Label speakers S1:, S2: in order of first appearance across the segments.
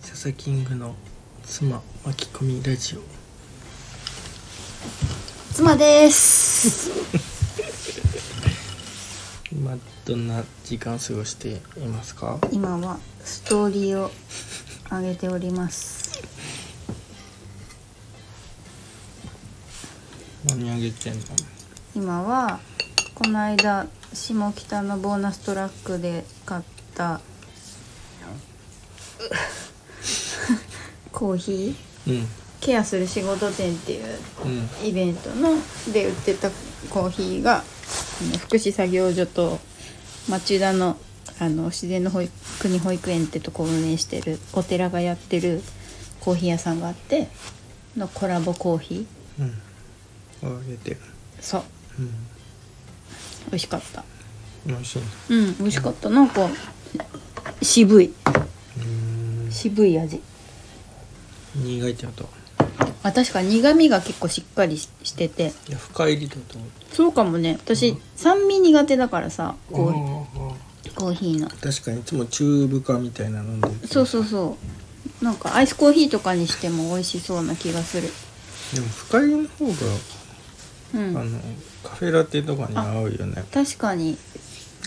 S1: サキングの妻巻き込みラジオ
S2: 妻です。
S1: 今どんな時間過ごしていますか
S2: 今はストーリーを上げております。
S1: 何あげてんの
S2: 今はこの間下北のボーナストラックで買ったコーヒー
S1: うん
S2: ケアする仕事店っていう
S1: うん
S2: イベントので売ってたコーヒーがあの福祉作業所と町田のあの自然の保育国保育園ってとこを運営してるお寺がやってるコーヒー屋さんがあってのコラボコーヒ
S1: う
S2: ー
S1: んあげてる
S2: そう
S1: うん
S2: 美味しかった
S1: 美味しいね
S2: うん美味しかったなんか渋いう
S1: ーん
S2: 渋い味
S1: 苦いってこと
S2: あ確か苦味が結構しっかりししてて
S1: いや深入りだと思う
S2: そうかもね私酸味苦手だからさコーヒー
S1: あ
S2: コーヒーの
S1: ー確かにいつも中部化みたいなの飲んでる
S2: そうそうそうなんかアイスコーヒーとかにしても美味しそうな気がする
S1: でも深入りの方が、
S2: う
S1: あ
S2: ん
S1: のカフェラテとかに合うよね
S2: 確かに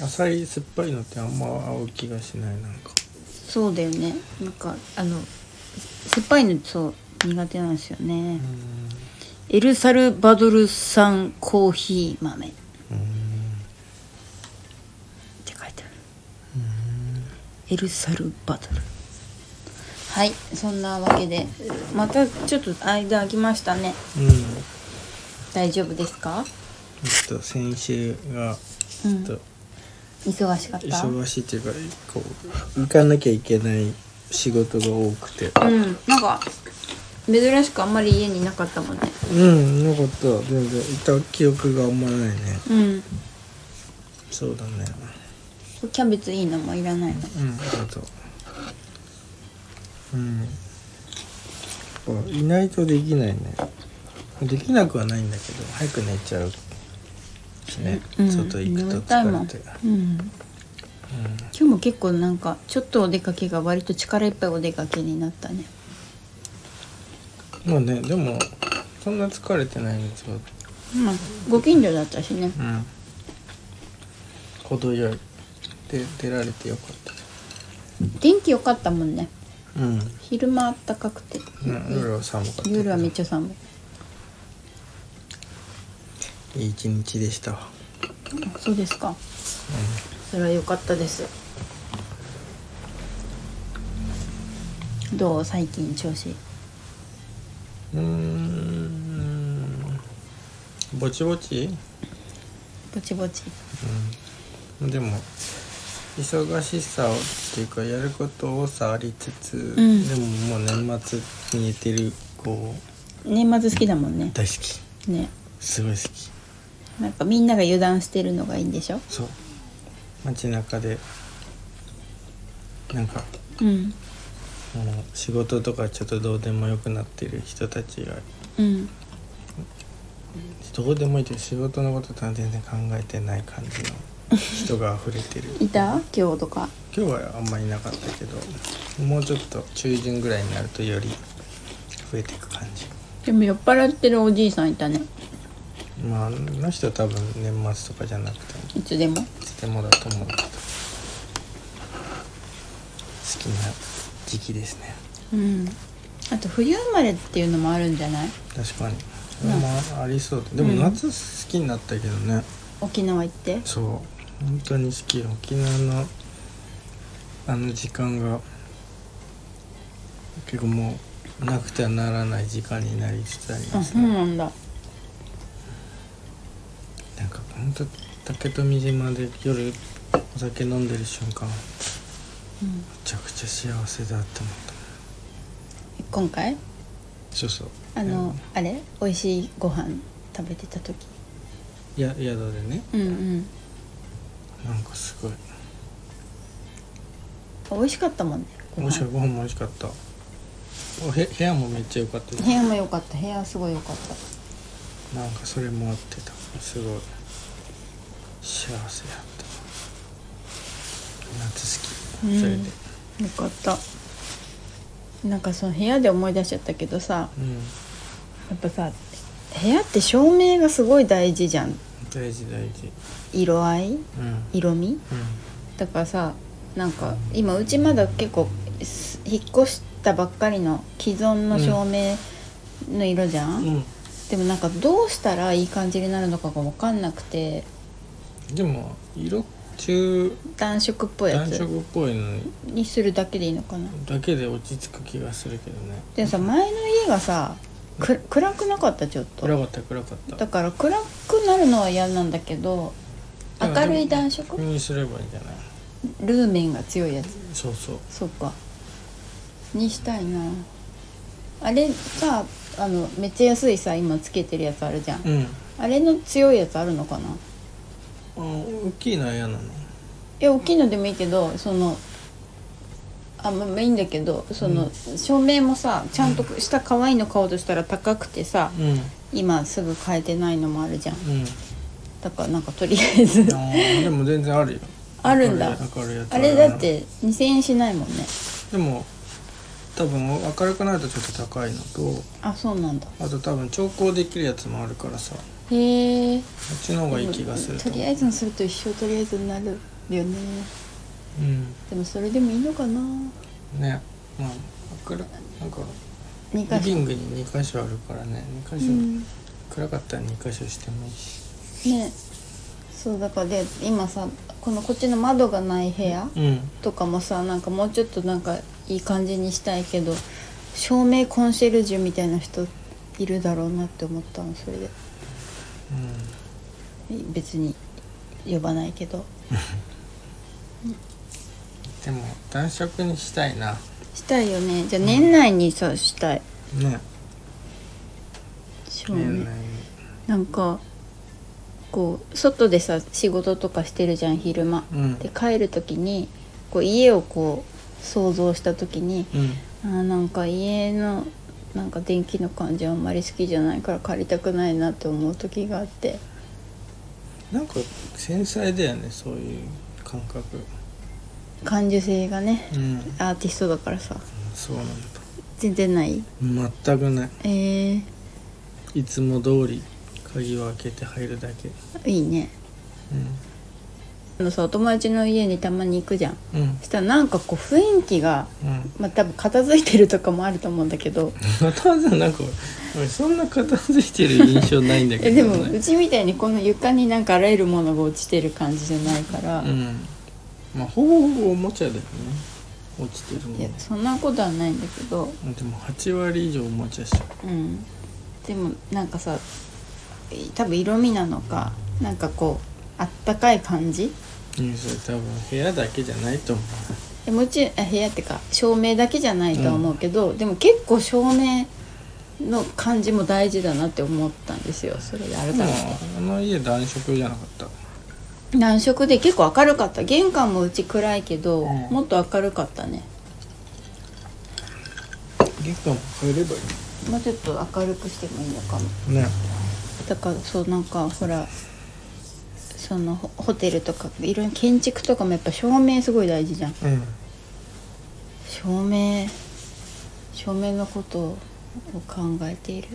S1: 浅い酸っぱいのってあんま合う気がしないなんか
S2: そうだよねなんかあの酸っぱいのそう苦手なんですよね
S1: う、ん
S2: エルサルバドル産コーヒー豆って書いてあるエルサルバドルはいそんなわけでまたちょっと間空きましたね
S1: うん、うん、
S2: 大丈夫ですか
S1: ちょっと先週が
S2: う
S1: ちょ
S2: ん
S1: っと
S2: 忙しかった
S1: 忙しいというかこう行かなきゃいけない仕事が多くて
S2: うんなんか珍しくあんまり家にいなかったもんね
S1: うんなかった全然いた記憶があんまないね
S2: うん
S1: そうだね
S2: キャベツいいのもいらないの
S1: うんありがとううんやっぱいないとできないねできなくはないんだけど早く寝ちゃうしね、
S2: うん
S1: 外行くと
S2: 眠たいもん
S1: 疲れて
S2: うん今日も結構なんかちょっとお出かけが割と力いっぱいお出かけになったね
S1: まあねでもそんな疲れてないんですよ
S2: まあご近所だったしね
S1: うん程よいで出られてよかった
S2: 天気良かったもんね
S1: うん、
S2: 昼間あったかくて
S1: 夜は寒かったけど
S2: 夜はめっちゃ寒い
S1: いい一日でしたわ
S2: あそうですかそれは良かったですどう最近調子
S1: うんうーんぼちぼち
S2: ぼちぼち
S1: でも忙しさをっていうかやること多さありつつ、
S2: ん
S1: でももう年末見えてるこう
S2: 年末好きだもんね
S1: 大好き
S2: ね
S1: すごい好き
S2: なんかみんなが油断してるのがいいんでしょ
S1: そう街中でなんか
S2: うん
S1: もう仕事とかちょっとどうでもよくなってる人たちが
S2: うん
S1: どうでもいいという仕事のこととは全然考えてない感じの人が溢れてる
S2: いた今日とか
S1: 今日はあんまりいなかったけどもうちょっと中旬ぐらいになるとより増えていく感じ
S2: でも酔っ払ってるおじいさんいたね
S1: まああの人は多分年末とかじゃなくても
S2: いつで
S1: い
S2: も
S1: つでもだと思うけど好きな時期ですね
S2: うんあと冬生まれっていうのもあるんじゃない
S1: 確かにそれもありそうででも夏好きになったけどね、
S2: 沖縄行って
S1: そう本当に好き沖縄のあの時間が結構もうなくてはならない時間になりつつあり
S2: あ
S1: ます
S2: そ
S1: ね、
S2: うなんだ
S1: なんか本当竹富島で夜お酒飲んでる瞬間め
S2: うん
S1: ちゃくちゃ幸せだって思った
S2: え今回
S1: そうそう
S2: あの、あれ美味しいご飯食べてた時
S1: いや宿でね
S2: うんうん
S1: なんかすごい
S2: 美味しかったもんねご
S1: 美味しい
S2: 飯
S1: ご飯も美味しかったおへ部屋もめっちゃ良かったです
S2: 部屋も良かった部屋すごい良かった
S1: なんかそれもあってたすごい幸せやった夏好き、
S2: うん
S1: それで
S2: よかったなんかその部屋で思い出しちゃったけどさ
S1: うん
S2: やっぱさ部屋って照明がすごい大事じゃん
S1: 大事大事
S2: 色合い
S1: うんうん
S2: 色味だからさなんか今うちまだ結構す引っ越したばっかりの既存の照明の色じゃん、
S1: うん
S2: でもなんかどうしたらいい感じになるのかが分かんなくて
S1: でも色中
S2: 暖色っぽいや
S1: 暖
S2: つ
S1: 色っぽいの
S2: にするだけでいいのかな
S1: だけで落ち着く気がするけどね
S2: でもさ前の家がさく暗くなかったちょっと
S1: 暗かった暗かった
S2: だから暗くなるのは嫌なんだけど
S1: だから
S2: 明るい暖色
S1: 確認すればいいんじゃない
S2: ルーメンが強いやつ
S1: そうそう
S2: そうかにしたいなあれさあのめっちゃ安いさ今つけてるやつあるじゃん、
S1: うん
S2: あれの強いやつあるのかな
S1: あ大きいのは嫌なの
S2: いや大きいのでもいいけどそのあまあまあいいんだけどその、照明もさちゃんとした可愛いの買おうとしたら高くてさ、
S1: うん
S2: 今すぐ買えてないのもあるじゃん
S1: うん
S2: だからなんかとりあえず
S1: あーでも全然あるよ
S2: あるんだ
S1: 明るいやつ
S2: あれだって2,000円しないもんね
S1: でも多分明るくなるとちょっと高いのと
S2: あそうなんだ
S1: あと多分調光できるやつもあるからさこ
S2: へえ
S1: っちの方がいい気がする
S2: と
S1: と
S2: りあえずのすると一生とりあえずになるよね
S1: うん
S2: でもそれでもいいのかな
S1: ねまあ明るなんか
S2: 2
S1: リ
S2: か
S1: ビ
S2: 所
S1: ングに2箇所あるからね2
S2: う
S1: 箇所、
S2: ん
S1: 暗かったら2箇所してもいいし
S2: ねそうだからで今さこのこっちの窓がない部屋
S1: うん
S2: とかもさなんかもうちょっとなんかいい感じにしたいけど照明コンシェルジュみたいな人いるだろうなって思ったのそれで別に呼ばないけど
S1: でも暖色にしたいな
S2: したいよねじゃあ年内にさしたい
S1: ね
S2: 照明、
S1: 年内に
S2: なんかこう外でさ仕事とかしてるじゃん昼間、
S1: うん
S2: で帰る時にこう家をこう想像した時に、
S1: うん
S2: あーなんか家のなんか電気の感じあんまり好きじゃないから借りたくないなって思う時があって
S1: なんか繊細だよねそういう感覚
S2: 感受性がね
S1: うん
S2: アーティストだからさ
S1: そうなん
S2: 全然ない
S1: だ全くない
S2: えー、
S1: いつも通り鍵を開けて入るだけ
S2: いいねあのさお友達の家にたまに行くじゃん
S1: うんうん
S2: そしたらなんかこう雰囲気が
S1: うん
S2: まあ多分片付いてるとかもあると思うんだけど
S1: 片付なんか俺そんな片付いてる印象ないんだけ
S2: えで
S1: ど、ね、
S2: もうちみたいにこの床になんかあらゆるものが落ちてる感じじゃないから、
S1: うんまあほぼほぼおもちゃだよね落ちてるの
S2: いや
S1: ね
S2: そんなことはないんだけど
S1: でも8割以上おもちゃっしょ
S2: うんでもなんかさい多分色味なのかなんかこうあったかい感じ
S1: うんそれ多分部屋だけじゃないと思
S2: でもちあ部屋ってか照明だけじゃないとは思うけど、でも結構照明の感じも大事だなって思ったんですよそれで改
S1: う
S2: め
S1: で
S2: て
S1: も、あの家暖色じゃなかった
S2: 暖色で結構明るかった玄関もうち暗いけど、
S1: うん
S2: もっと明るかったね
S1: 玄関も変えればい
S2: もうちょっと明るくしてもいいのかも
S1: いね
S2: だからそうなんかほらそのホホテルとかいろいろ建築とかもやっぱ照明すごい大事じゃん
S1: うん
S2: 照明照明のことを考えている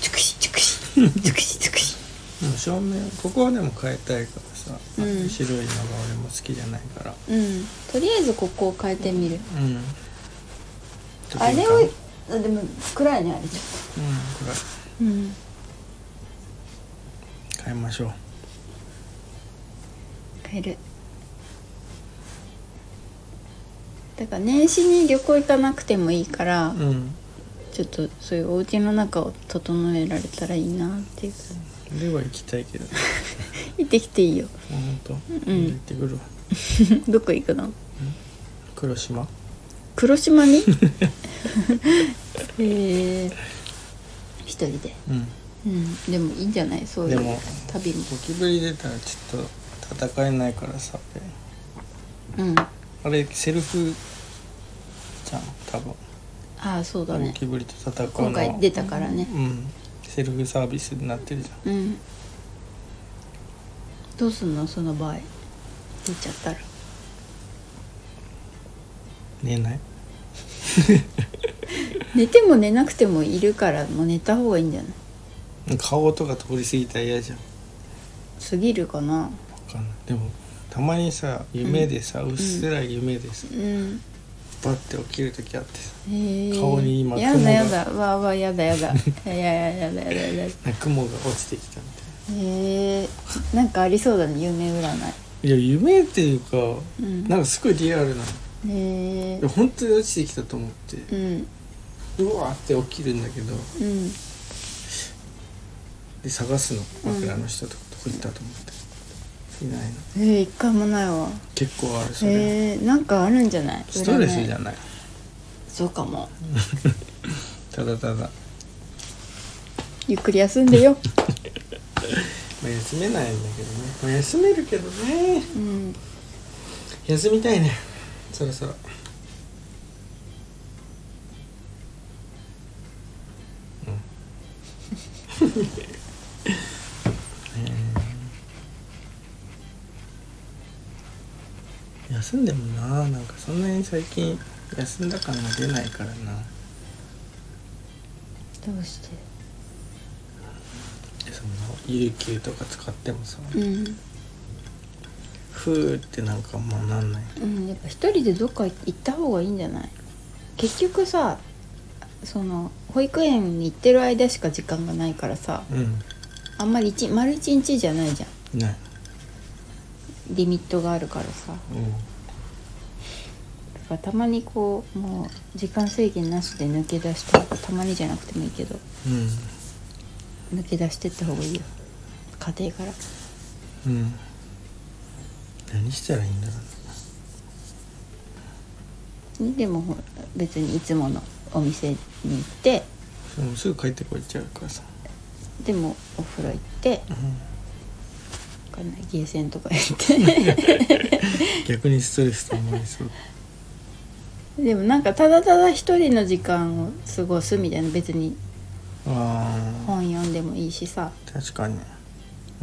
S2: つくしつくしつくしつくし
S1: でも照明ここはでも変えたいからさ、
S2: うん
S1: 白いのが俺も好きじゃないから
S2: うんとりあえずここを変えてみる
S1: うん
S2: あれ
S1: うん
S2: を
S1: こ
S2: あでも暗いねあれちょっ
S1: れ
S2: とうん
S1: 変えましょう
S2: 変えるだから年始に旅行行かなくてもいいから、
S1: うん
S2: ちょっとそういうお家の中を整えられたらいいなっていう
S1: では行きたいけどね
S2: 行ってきていいよ
S1: 本当、
S2: ん
S1: 行ってくるわ
S2: どこ行くの
S1: 黒島
S2: 黒島 にへえ一人で
S1: うん
S2: うんでもいいんじゃないそうい
S1: で
S2: う
S1: も
S2: 旅も
S1: ゴキブリ出たらちょっと戦えないからさ
S2: うんあ
S1: あれセルフじゃん多分
S2: あそうだ
S1: ゴ
S2: ね
S1: キブリと戦うの
S2: 今回出たからね
S1: うんセルフサービスになってるじゃん
S2: うん どうすんのその場合出ちゃったら
S1: 寝ない
S2: 寝ても寝なくてもいるからもう寝た方がいいんじゃない
S1: 顔とか通り過ぎたら嫌じゃん
S2: 過ぎるかな
S1: 分かんないでもたまにさ夢でさ、うっすら夢でさ、
S2: うん
S1: バッて起きる時あってさ
S2: へー
S1: 顔に今
S2: や
S1: 雲
S2: だ
S1: が
S2: やだわあわあやだやだいやいややだやだやだ
S1: なんか雲が落ちてきたみたい
S2: へえなんかありそうだね夢占
S1: ないや夢っていうか、
S2: いうん
S1: なんかすごいリアルなのい
S2: へえ
S1: や本当に落ちてきたと思って
S2: うん
S1: うわーって起きるんだけど
S2: うん
S1: で探すの枕の下とかどこ行ったと思って、いないの
S2: えー、一回もないわ
S1: 結構あるそれ、
S2: えー、なんかあるんじゃない
S1: ストレスじ
S2: 占
S1: ゃ
S2: い
S1: ない
S2: そうかも
S1: ただただ、ま
S2: ゆっくり休んでよ
S1: あ、休めないんだけどね、まあ、休めるけどね
S2: うん
S1: 休みたいねそろそろうんねえ休んでもななんかそんなに最近休んだ感が出ないからな
S2: どうして
S1: その有給とか使ってもさ
S2: うん
S1: ふーってなんかもうなんない
S2: うん、やっぱ一人でどっか行った方がいいんじゃない結局さその保育園に行ってる間しか時間がないからさ
S1: うん
S2: あんまり一丸一日じゃないじゃん
S1: ない
S2: リミットがあるからさ
S1: う
S2: だからたまにこうもう時間制限なしで抜け出したたまにじゃなくてもいいけど
S1: んうん
S2: 抜け出してった方がいいよ家庭から
S1: うん何したらいいんだろうね
S2: でもほら別にいつものお店に行って
S1: でもすぐ帰ってこいちゃうからさ、
S2: でもお風呂行って
S1: うん、
S2: わかんないゲーセンとか行って
S1: 逆にストレスと思いそう
S2: でもなんかただただ一人の時間を過ごすみたいな別に
S1: あ
S2: 本読んでもいいしさ
S1: ー確かにで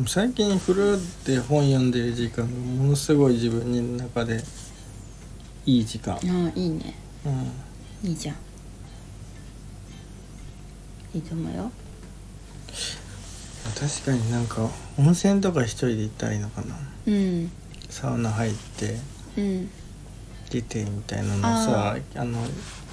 S1: も最近フルで本読んでる時間がものすごい自分の中でいい時間
S2: あ、あいいね
S1: うん、
S2: いいじゃんいいと思うよ
S1: 確かになんか温泉とか一人で行ったらいいのかな
S2: うん
S1: サウナ入って
S2: うん
S1: 出てみたいなの
S2: あ
S1: さあの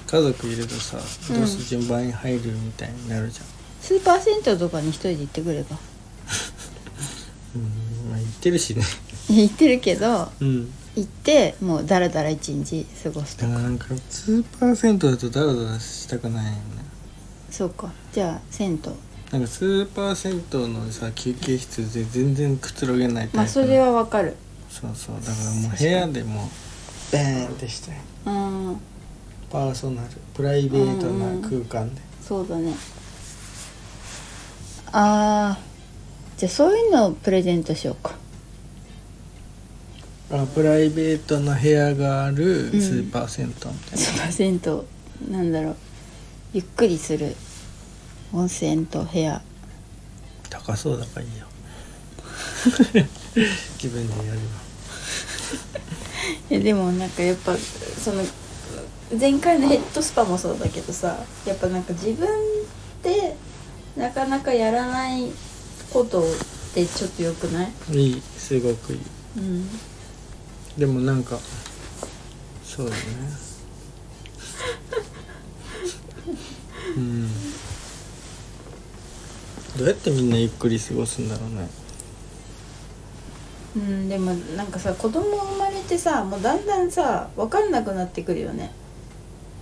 S1: 家族いるとさ
S2: うん
S1: どうして順番に入るみたいになるじゃん、
S2: スーパー銭湯とかに一人で行ってくれば
S1: うんまあ、行ってるしね
S2: 行ってるけど
S1: うん
S2: 行ってもうだらだら一日過ごす
S1: で
S2: と
S1: も
S2: か
S1: なんかスーパー銭湯だとダラダラしたくないよね
S2: そうかじゃあ銭湯
S1: なんかスーパー銭湯のさ休憩室で全然くつろげないタイプ
S2: まあそれはわかる
S1: そうそうだからもう部屋でもうバーンってしたい
S2: うん
S1: パーソナルプライベートな空間で
S2: そうだねあーじゃあそういうのをプレゼントしようか
S1: あプライベートな部屋があるスーパー銭湯みたいな、
S2: スパ銭湯なんだろうゆっくりする温泉と部屋
S1: 高そうだからいい よ自分でやるわ
S2: えでもなんかやっぱその前回のヘッドスパもそうだけどさやっぱなんか自分でなかなかやらないことってちょっとよくない、
S1: いいすごくいい
S2: うん、
S1: でもなんかそうだねうんどうやってみんなゆっくり過ごすんだろうね
S2: うん、でもなんかさ子供生まれてさもうだんだんさ分かんなくなってくるよね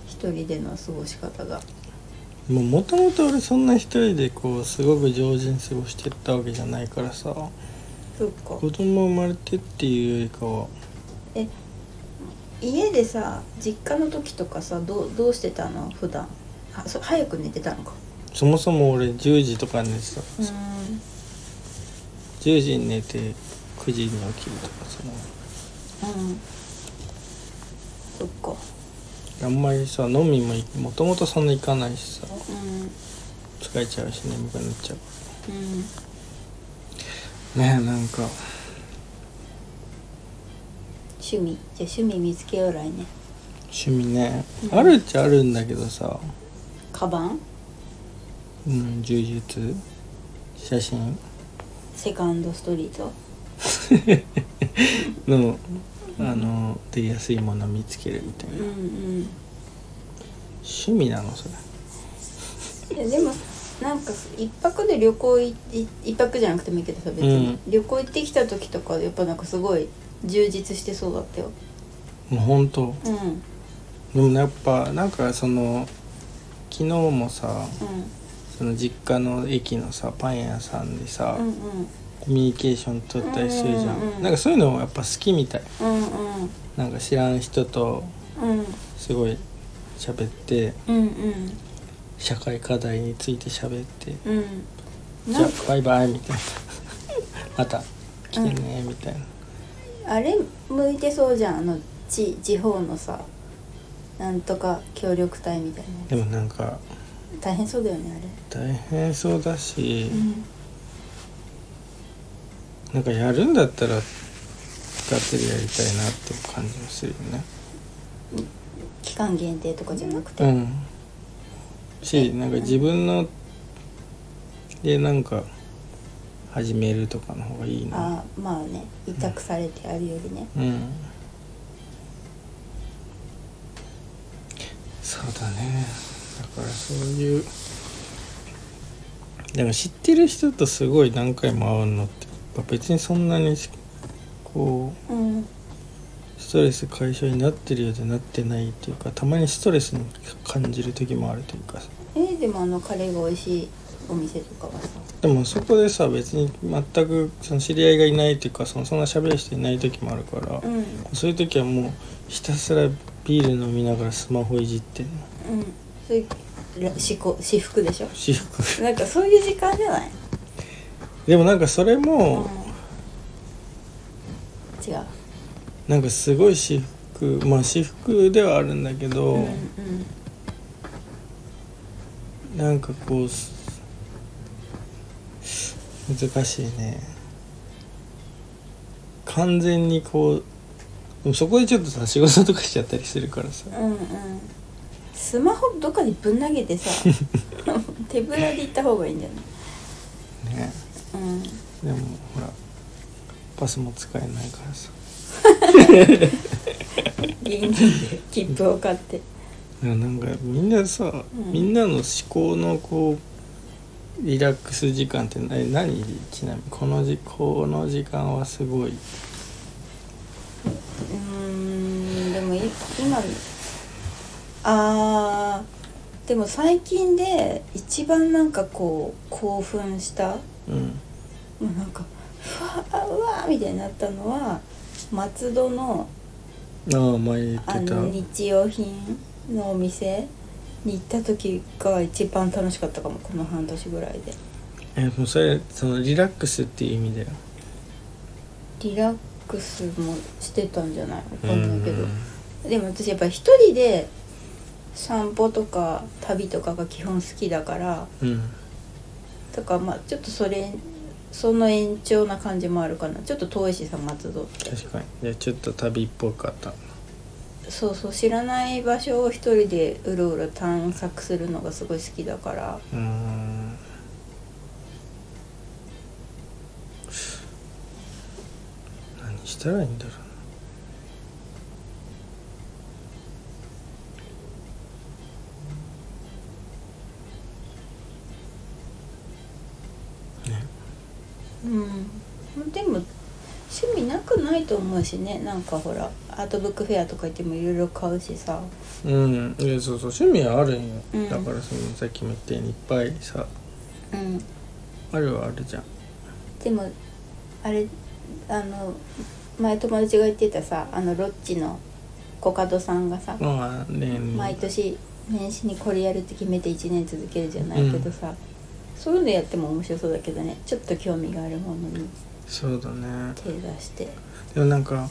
S2: 一人での過ごし方が
S1: もうもともと俺そんな一人でこうすごく上手に過ごしてったわけじゃないからさ
S2: そっか
S1: 子供生まれてっていうよりかは
S2: え家でさ実家の時とかさどうどうしてたの普段はそ早く寝てたのか
S1: そもそも俺10時とか寝てた
S2: うーん
S1: 10時に寝て9時に起きるとかその
S2: うんそっか
S1: あんまりさ飲みももともとそんな行かないしさ
S2: うん
S1: 疲れちゃうし眠くなっちゃう
S2: うん
S1: ねえなんか
S2: 趣味じゃあ趣味見つけよう来ね
S1: 趣味ね、あるっちゃあるんだけどさ、
S2: カバン
S1: うん、充実写真
S2: セカンドストリート
S1: のあので安いもの見つけるみたいな
S2: うんうん
S1: 趣味なのそれ
S2: いやでもなんか一泊で旅行いい一泊じゃなくてもいいけどさ別に、旅行行ってきた時とかやっぱなんかすごい充実してそうだったよ
S1: もう本当
S2: うんうん
S1: でもやっぱなんかその昨日もさその実家の駅のさパン屋さんでさ、
S2: うん
S1: コミュニケーション取ったりするじゃん,、
S2: うんうんうん
S1: なんかそういうのもやっぱ好きみたい
S2: うんうん
S1: なんか知らん人と
S2: うんうん
S1: すごい喋って
S2: うん
S1: 社会課題について喋って
S2: うんうん
S1: じ
S2: な
S1: ゃ
S2: ん
S1: あ
S2: か
S1: バイバイみたいなまた来てねみたいな、
S2: あれ向いてそうじゃんあの地地方のさなんとか協力隊みたいな
S1: でもなんか
S2: 大変そうだよねあ
S1: 大変そうだし、
S2: れうん
S1: なんかやるんだったらがっつりやりたいなっていう感じもするよね
S2: 期間限定とかじゃなくて、
S1: うんしなんか自分のでなんか始めるとかの方がいいな
S2: ああまあね委託されてやるよりね
S1: うんそうだねだからそういうでも知ってる人とすごい何回も会うのってやっぱ別にそんなにしこう
S2: うん
S1: ストレス解消になってるようでなってないっていうかたまにストレスに感じる時もあるというかさ
S2: えーでもあのカレーが美味しいお店とかはさ
S1: でもそこでさ別に全くその知り合いがいないっていうかそのそんな喋る人いない時もあるから、
S2: うんうん
S1: そういう時はもうひたすらビール飲みながらスマホいじってんの
S2: そういうらしこ私服でしょ
S1: 私服
S2: なんかそういう時間じゃない
S1: でもなんかそれ
S2: うん
S1: も
S2: 違う
S1: なんかすごい私服まあ私服ではあるんだけど、
S2: うん
S1: なんかこうす難しいね完全にこうでもそこでちょっとさ仕事とかしちゃったりするからさ
S2: うんうんうんスマホどっかにぶん投げてさ手ぶらで行った方がいいんじゃない
S1: ね
S2: うん
S1: でもほらパスも使えないからさ
S2: 現金で切符を買って
S1: いやなんかみんなさ、
S2: うん
S1: みんなの思考のこうリラックス時間ってな何ちなみにこのじこの時間はすごいう
S2: ーんでもい今あーでも最近で一番なんかこう興奮した
S1: うん
S2: もうなんかふわーうわーみたいになったのは松戸の
S1: ああ前言っ
S2: あ
S1: てた
S2: の日用品のお店に行った時が一番楽しかったかもこの半年ぐらいで
S1: えもうそれそのリラックスっていう意味だよ
S2: リラックスもしてたんじゃないわかんないけど
S1: うん
S2: でも私やっぱ一人で散歩とか旅とかが基本好きだから
S1: うん
S2: だからまあちょっとそれその延長な感じもあるかなちょっと遠いしさ松戸って
S1: 確かにじゃあちょっと旅っぽかった
S2: そうそう知らない場所を一人でうろうろ探索するのがすごい好きだから
S1: うーん何したらいいんだろう
S2: うんでも趣味なくないと思うしねなんかほらアートブックフェアとか行ってもいろいろ買うしさ
S1: うん、いやそうそう趣味はあるんよ、
S2: うん
S1: だからそのさっきも言ったようにいっぱいさ
S2: うん
S1: あるはあるじゃん
S2: でもあれあの前友達が言ってたさあのロッチのコカドさんがさ、
S1: まあ年に
S2: 毎年年始にこれやるって決めて1年続けるじゃないけどさ、そういうのやっても面白そうだけどねちょっと興味があるものに
S1: そうだね
S2: 手出して
S1: でもなんか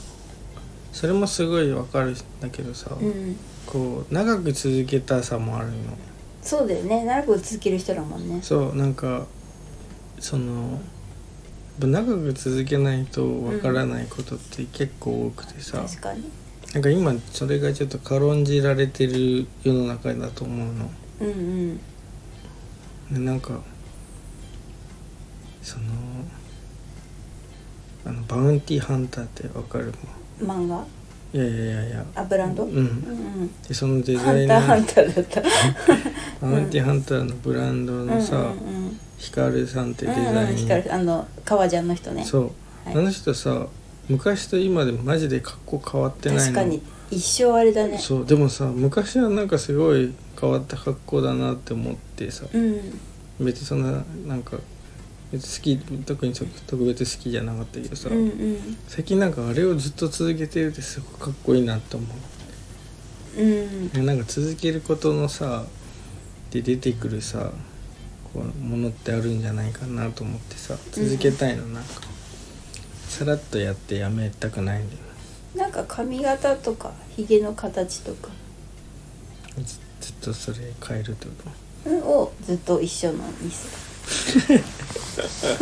S1: それもすごいわかるんだけどさ、
S2: うん
S1: こう長く続けたさもあるの
S2: そうだよね長く続ける人だもんね
S1: そうなんかその長く続けないとわからないことって結構多くてさ、
S2: 確かに
S1: なんか今それがちょっと軽んじられてる世の中だと思うの
S2: うんうん
S1: でなんかそのあのバウンティーハンターってわかるの
S2: 漫画
S1: いやいやいやいや
S2: あブランド、
S1: う
S2: うんん
S1: でその
S2: う
S1: デ
S2: ん、ハ
S1: ザイ
S2: ンタ
S1: ナ
S2: ーハ
S1: ー
S2: ンターだった
S1: バウンティーハンターのブランドのさ、
S2: うんうんうん
S1: ヒカルさんってデ
S2: うん
S1: ザ
S2: うん
S1: イン、
S2: 光るあの革ジャンの人ね
S1: そう、
S2: は
S1: あ
S2: い
S1: の人さ昔と今でもマジで格好変わってない
S2: 確
S1: の
S2: かに一生あれだね
S1: そうでもさ昔はなんかすごい変わった格好だなって思ってさ
S2: うん
S1: 別にそんななんか別に好き特にそ特別好きじゃなかったけどさ、
S2: うんうん
S1: 最近なんかあれをずっと続けてるってすごくかっこいいなって思
S2: うん
S1: うなんか続けることのさで出てくるさこうものってあるんじゃないかなと思ってさ続けたいの、なんかさらっとやってやめたくないんだよ
S2: なんか髪型とかひげの形とか
S1: なずずっとそれ変えるってこと
S2: うんをずっと一緒のに する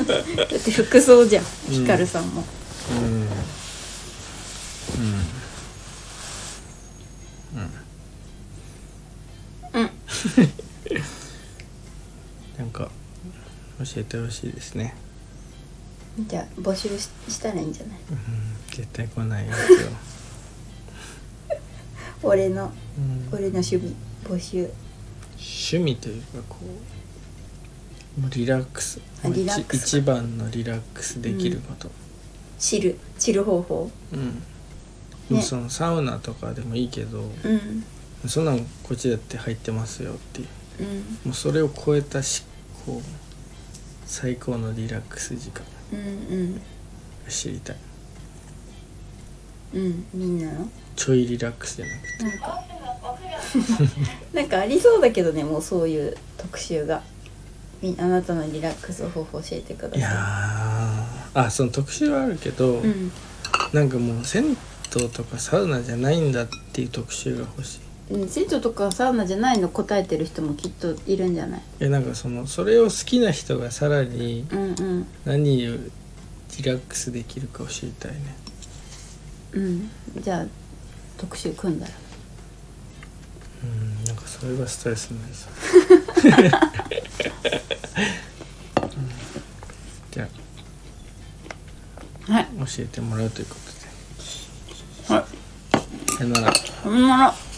S2: だって服装じゃん
S1: うん
S2: ヒカルさんも、
S1: うんうんうん
S2: うん
S1: なんか教えてほしいですね、
S2: じゃあ募集ししたらいいんじゃない
S1: うん、絶対来ないやつよ、
S2: 俺の
S1: うん
S2: 俺の趣味募集
S1: 趣味というかこうもうリラックス
S2: あリラックスか
S1: 一一番のリラックスできること、
S2: 知る知る方法
S1: うんもうそのサウナとかでもいいけど、
S2: うん
S1: そんなんこっちだって入ってますよっていう
S2: うん
S1: もうそれを超えたしこう最高のリラックス時間
S2: うん
S1: が知りたい
S2: うんうんみんなの
S1: ちょいリラックスじゃなくて
S2: なんか なんかありそうだけどねもうそういう特集がみあなたのリラックス方法教えてください
S1: いやーあその特集はあるけど、
S2: うん
S1: なんかもう銭湯とかサウナじゃないんだっていう特集が欲しい
S2: うん銭湯とかサウナじゃないの答えてる人もきっといるんじゃない
S1: えなんかそのそれを好きな人がさらに
S2: うんうん
S1: 何をリラックスできるかを知りたいね
S2: うんじゃあ特集組んだら
S1: うんなんかそれがストレスになりそううんじゃあ
S3: はい
S1: 教えてもらうということで
S3: はい
S1: さよなら
S3: さよなら